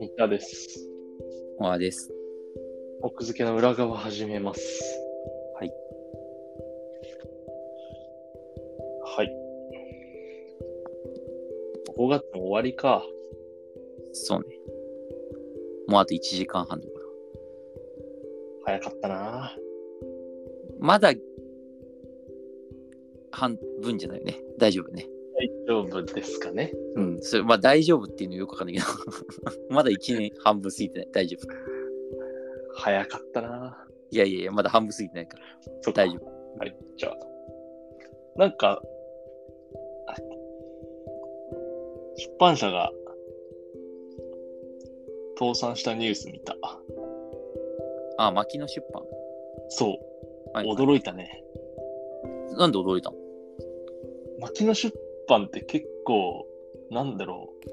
三田です。モアです。奥付けの裏側始めます。はい。はい。5月の終わりか。そうね。もうあと1時間半だから。早かったな。まだ半分じゃないよね。大丈夫ね。大丈夫ですかね。うん。それ、まあ大丈夫っていうのよくわかんないけど、 まだ1年半分過ぎてない。大丈夫。早かったな。いやいやいや、まだ半分過ぎてないから。そっか大丈夫。はい、じゃあ。なんか、あ出版社が倒産したニュース見た。あ、牧野出版。そう、はい驚いたね。なんで驚いたの牧野出版って結構、なんだろう。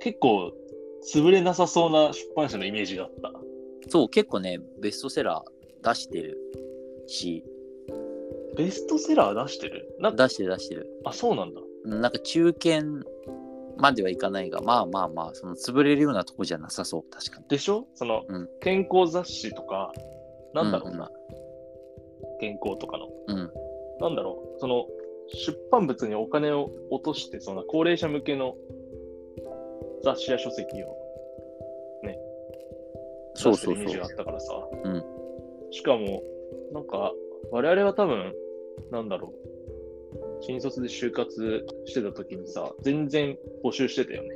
結構、潰れなさそうな出版社のイメージがあった。そう、結構ね、ベストセラー出してるし、ベストセラー出してるなんか、出してる出してる。あ、そうなんだ。なんか中堅まではいかないが、まあまあまあ、その潰れるようなとこじゃなさそう。確かに。でしょその、うん健康雑誌とか、なんだろううんうんな、健康とかの、うん。なんだろう、その、出版物にお金を落として、その高齢者向けの雑誌や書籍をそう出してそるうイメージそうがあっ。たからさ。うんしかも、なんか、我々は多分、なんだろう、新卒で就活してた時にさ、全然募集してたよね。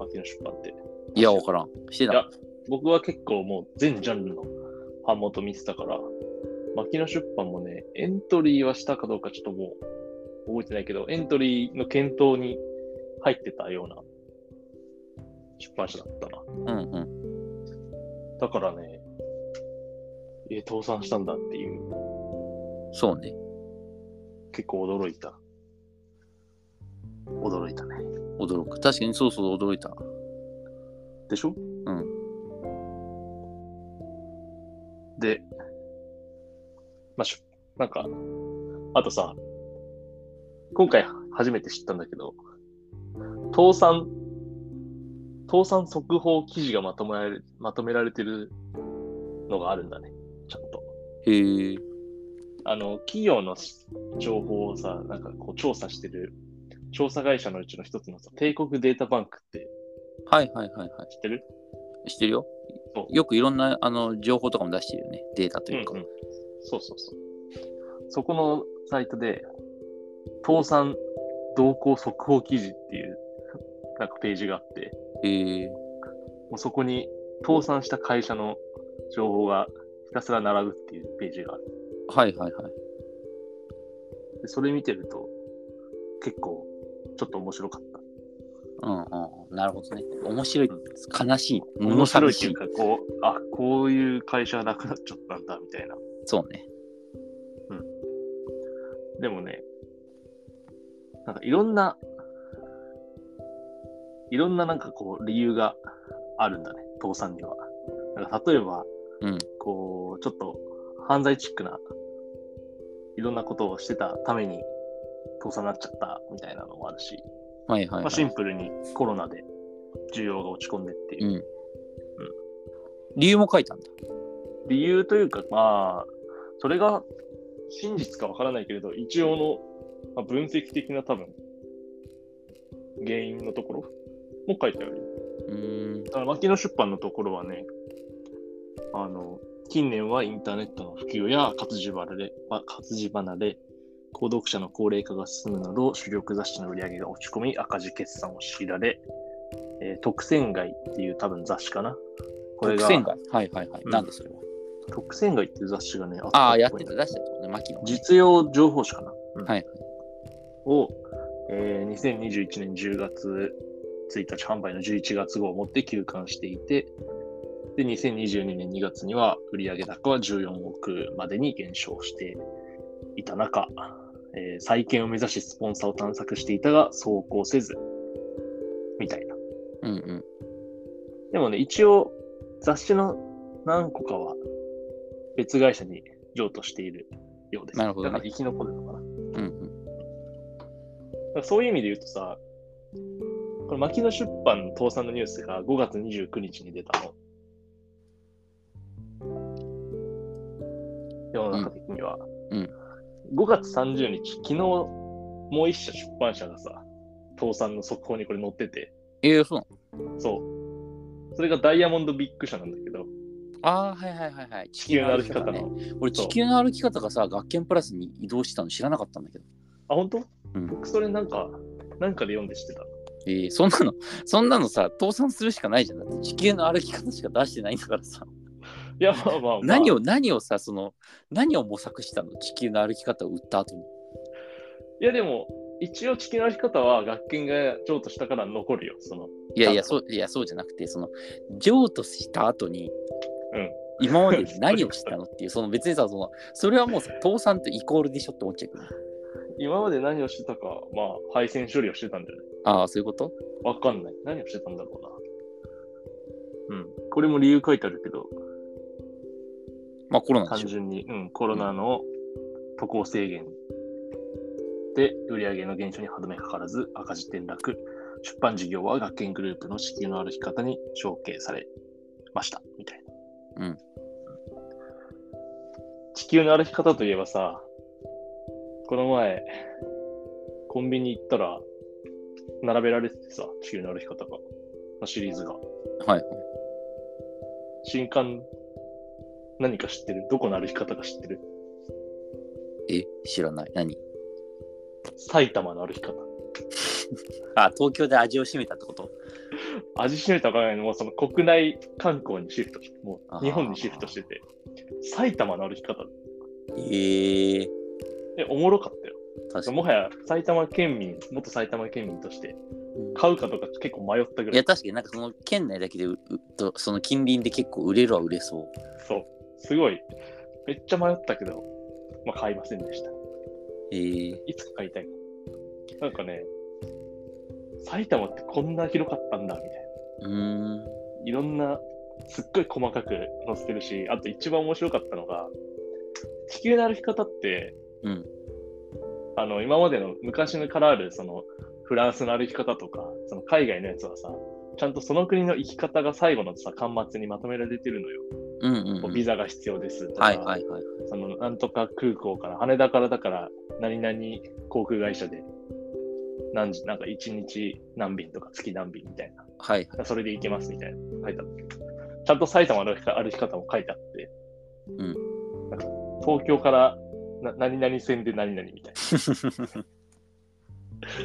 秋の出版って。いや、わからん。していやた。僕は結構もう全ジャンルの版元見てたから、牧野出版もね、エントリーはしたかどうかちょっともう覚えてないけど、エントリーの検討に入ってたような出版社だったな。うんうん。だからね、え、倒産したんだっていう、そうね。結構驚いた。驚いたね。驚く。確かにそうそう驚いた。でしょうん。で、まあ、しょなんか、あとさ、今回初めて知ったんだけど、倒産、倒産速報記事がまとめられまとめられてるのがあるんだね、ちゃんと。へえ。あの、企業の情報をさ、なんかこう調査してる、調査会社のうちの一つのさ、帝国データバンクってはいはいはいは知ってるい。してるよそ。うよくいろんなあの情報とかも出してるよね。データというか。んんそうそうそう。そこのサイトで、倒産動向速報記事っていう、 なんかページがあって、へえ。もうそこに倒産した会社の情報がひたすら並ぶっていうページがある。はいはいはい。でそれ見てると、結構、ちょっと面白かっうんうん。なるほどね。面白い。悲しい。た。物白い寂ってい。か、しいうこう、あ、こういう会社はなくなっちゃったんだ、みたいな。そうね。でもね、なんかいろんな、いろんななんかこう理由があるんだね、倒産には。なんか例えば、うんこう、ちょっと犯罪チックな、いろんなことをしてたために倒産になっちゃったみたいなのもあるし、はいはい、まあ、はシンい。。プルにコロナで需要が落ち込んでっていううん理由も書いたんだ。理由というか、まあ、それが真実かわからないけれど、一応の、まあ、分析的な多分、原因のところも書いてあるよ。うーん。だから、牧野出版のところはね、あの、近年はインターネットの普及や活字離れ、まあ活字離れ、購読者の高齢化が進むなど、主力雑誌の売り上げが落ち込み、赤字決算を強いられ、えー特選外っていう多分雑誌かな。これ特が選外。はいはいはい。うんなんだそれは。特選外っていう雑誌がね、あああ、やっったぽいてんだた。出してたもんね。牧野。実用情報誌かな、はいはいを、えー2021年10月1日販売の11月号をもって休刊していて、で、2022年2月には売上高は14億までに減少していた中、えー再建を目指しスポンサーを探索していたが、走行せず、みたいな。うんうん。でもね、一応、雑誌の何個かは別会社に譲渡しているようです。なるほどねだから生き残るのかな。だうんうん。からそういう意味で言うとさ、この牧野出版の倒産のニュースが5月29日に出たの。世の中的には。うんうん5月30日、昨日もう一社出版社がさ、倒産の速報にこれ載ってて、ええそうなのそう。それがダイヤモンドビッグ社なんだけど、ああ、はいはいはいはい。地地球の歩き方ねの。俺、そう地球の歩き方がさ、学研プラスに移動してたの知らなかったんだけど。あ、本当？うん僕それなんか、なんかで読んでしてた。ええそんなの、 そんなのさ、倒産するしかないじゃん。だって地球の歩き方しか出してないんだから さ。いや、まあまあ、まあ、何を、何をさ、その、何を模索したの地球の歩き方を売った後に。いやでも、一応地球の歩き方は学研が譲渡したから残るよ。そのいやい多や、分そう、いや、そうじゃなくて、その、譲渡した後に、うん今 までに何をしたのっていう、その別にさ、その、それはもうさ、倒産とイコールでしょって思っちゃうけど。今まで何をしてたか、まあ、配線処理をしてたんだよね。ああ、そういうことわかんない。何をしてたんだろうな。うん。これも理由書いてあるけど、まあ、コロナで単しょ。純に、うん、コロナの渡航制限で売上の減少に歯止めかからず赤字転落、出版事業は学研グループの支給の歩き方に承継されました、みたいな。うん。地球の歩き方といえばさ、この前、コンビニ行ったら、並べられててさ、地球の歩き方が、のシリーズが。はい。新刊、何か知ってるどこの歩き方か知ってるえ、知らない。何埼玉の歩き方。あ、東京で味を占めたってこと味しめたからないのも、その国内観光にシフトして、もあうー日本にシフトしてて、埼玉の歩き方ええでおもろかったよ。確かに。もはや埼玉県民、元埼玉県民として、うん買うかとか結構迷ったぐいらや、い。確かになんかその県内だけでううと、その近隣で結構売れるは売れそう。そう。すごい。めっちゃ迷ったけど、まあ買いませんでした。ええいつか買いたい。なんかね、埼玉ってこんな広かったんだ、みたいな。うーん。いろんな、すっごい細かく載せてるし、あと一番面白かったのが、地球の歩き方って、うんあの、今までの昔のからある、その、フランスの歩き方とか、その海外のやつはさ、ちゃんとその国の行き方が最後のさ、端末にまとめられてるのよ。うんうん、こうう。んビザが必要ですとか、はいはいはい。その、なんとか空港から、羽田からだから、何々航空会社で、何時、なんか1日何便とか月何便みたいな。はい。 それで行けますみたいな書いてあって、ちゃんと埼玉の歩き歩き方も書いてあって、うんなんか東京からな何々線で何々みたい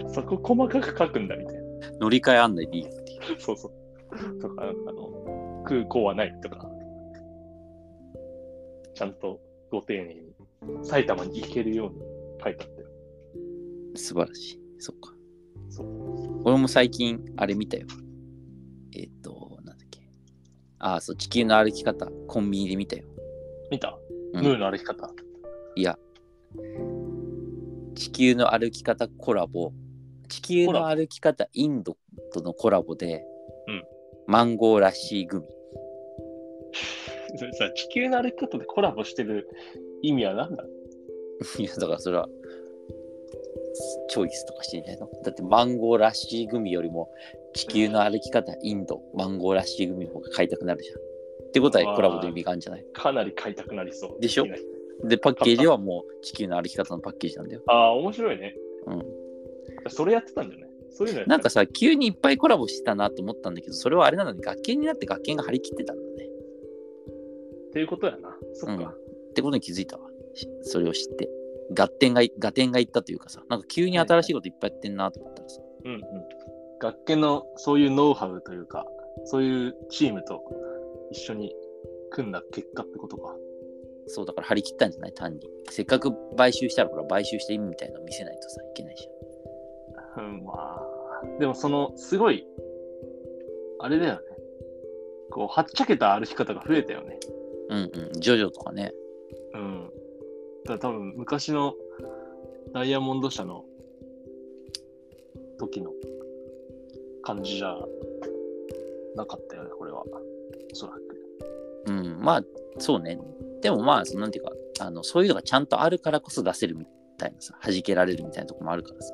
な、そこ細かく書くんだみたいな、乗り換え案内でいいっていう。そうそう。とか、なんかあの空港はないとか、ちゃんとご丁寧に埼玉に行けるように書いてあって、素晴らしい。そっか。そう俺も最近、あれ見たよ。えっ、と、なんだっけ。ああ、そう、地球の歩き方、コンビニで見たよ。見た、うんムーの歩き方。いや、地球の歩き方コラボ、地球コラのボ歩き方インドとのコラボで、うんマンゴーらしいグミ。それさ、地球の歩き方でコラボしてる意味は何だいや、だからそれは、チョイスとかしてんじゃないのだってマンゴーらしいグミよりも、地球の歩き方インド、マンゴーらしいグミの方が買いたくなるじゃん。ってことはコラボの意味があるんじゃないかなり買いたくなりそう。でしょで、パッケージはもう地球の歩き方のパッケージなんだよ。ああ、面白いね。うん。それやってたんじゃないそういうのやってたなんかさ、急にいっぱいコラボしてたなと思ったんだけど、それはあれなのに、学研になって学研が張り切ってたんだね。っていうことやな。そっか。ってことに気づいたわ。しそれを知って。合点が、合点がいったというかさ、なんか急に新しいこといっぱいやってんなと思ったらさ。うんうん。学研のそういうノウハウというか、そういうチームと一緒に組んだ結果ってことか。そうだから張り切ったんじゃない単に。せっかく買収したら、ほら、買収した意味みたいなの見せないとさ、いけないじうん、まあ。でもその、すごい、あれだよね。こう、はっちゃけた歩き方が増えたよね。ゃん。うんうん。ジョジョとかね。うん。だから多分昔のダイヤモンド社の時の感じじゃなかったよね、これは。おそらく。うん。まあ、そうね。でもまあ、そのなんていうか、あのそういうのがちゃんとあるからこそ出せるみたいなさ弾けられるみたいなとこもあるからさ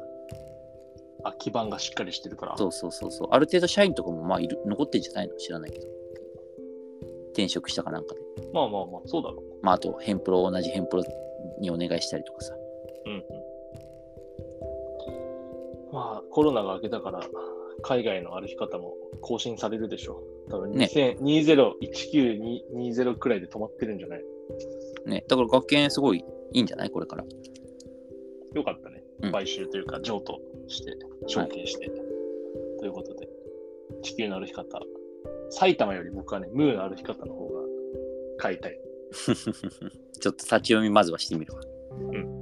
あ、基盤がしっかりしてるから。そうそうそうそうある程度社員とかもまあいる残ってんじゃないの知らないけど転職したかなんかでまあまあまあ、そうだろう。まああとヘンプロ同じヘンプロにお願いしたりとかさうんうん。まあ、コロナが明けたから、海外の歩き方も更新されるでしょう。多分ね2000 2019-20くらいで止まってるんじゃないねだから学研すごいいいんじゃないこれからよかったねう。ん買収というか、譲渡して、承継して。ということで、地球の歩き方。埼玉より僕はね、ムーの歩き方の方が買いたい。ちょっと立ち読みまずはしてみるわ。ん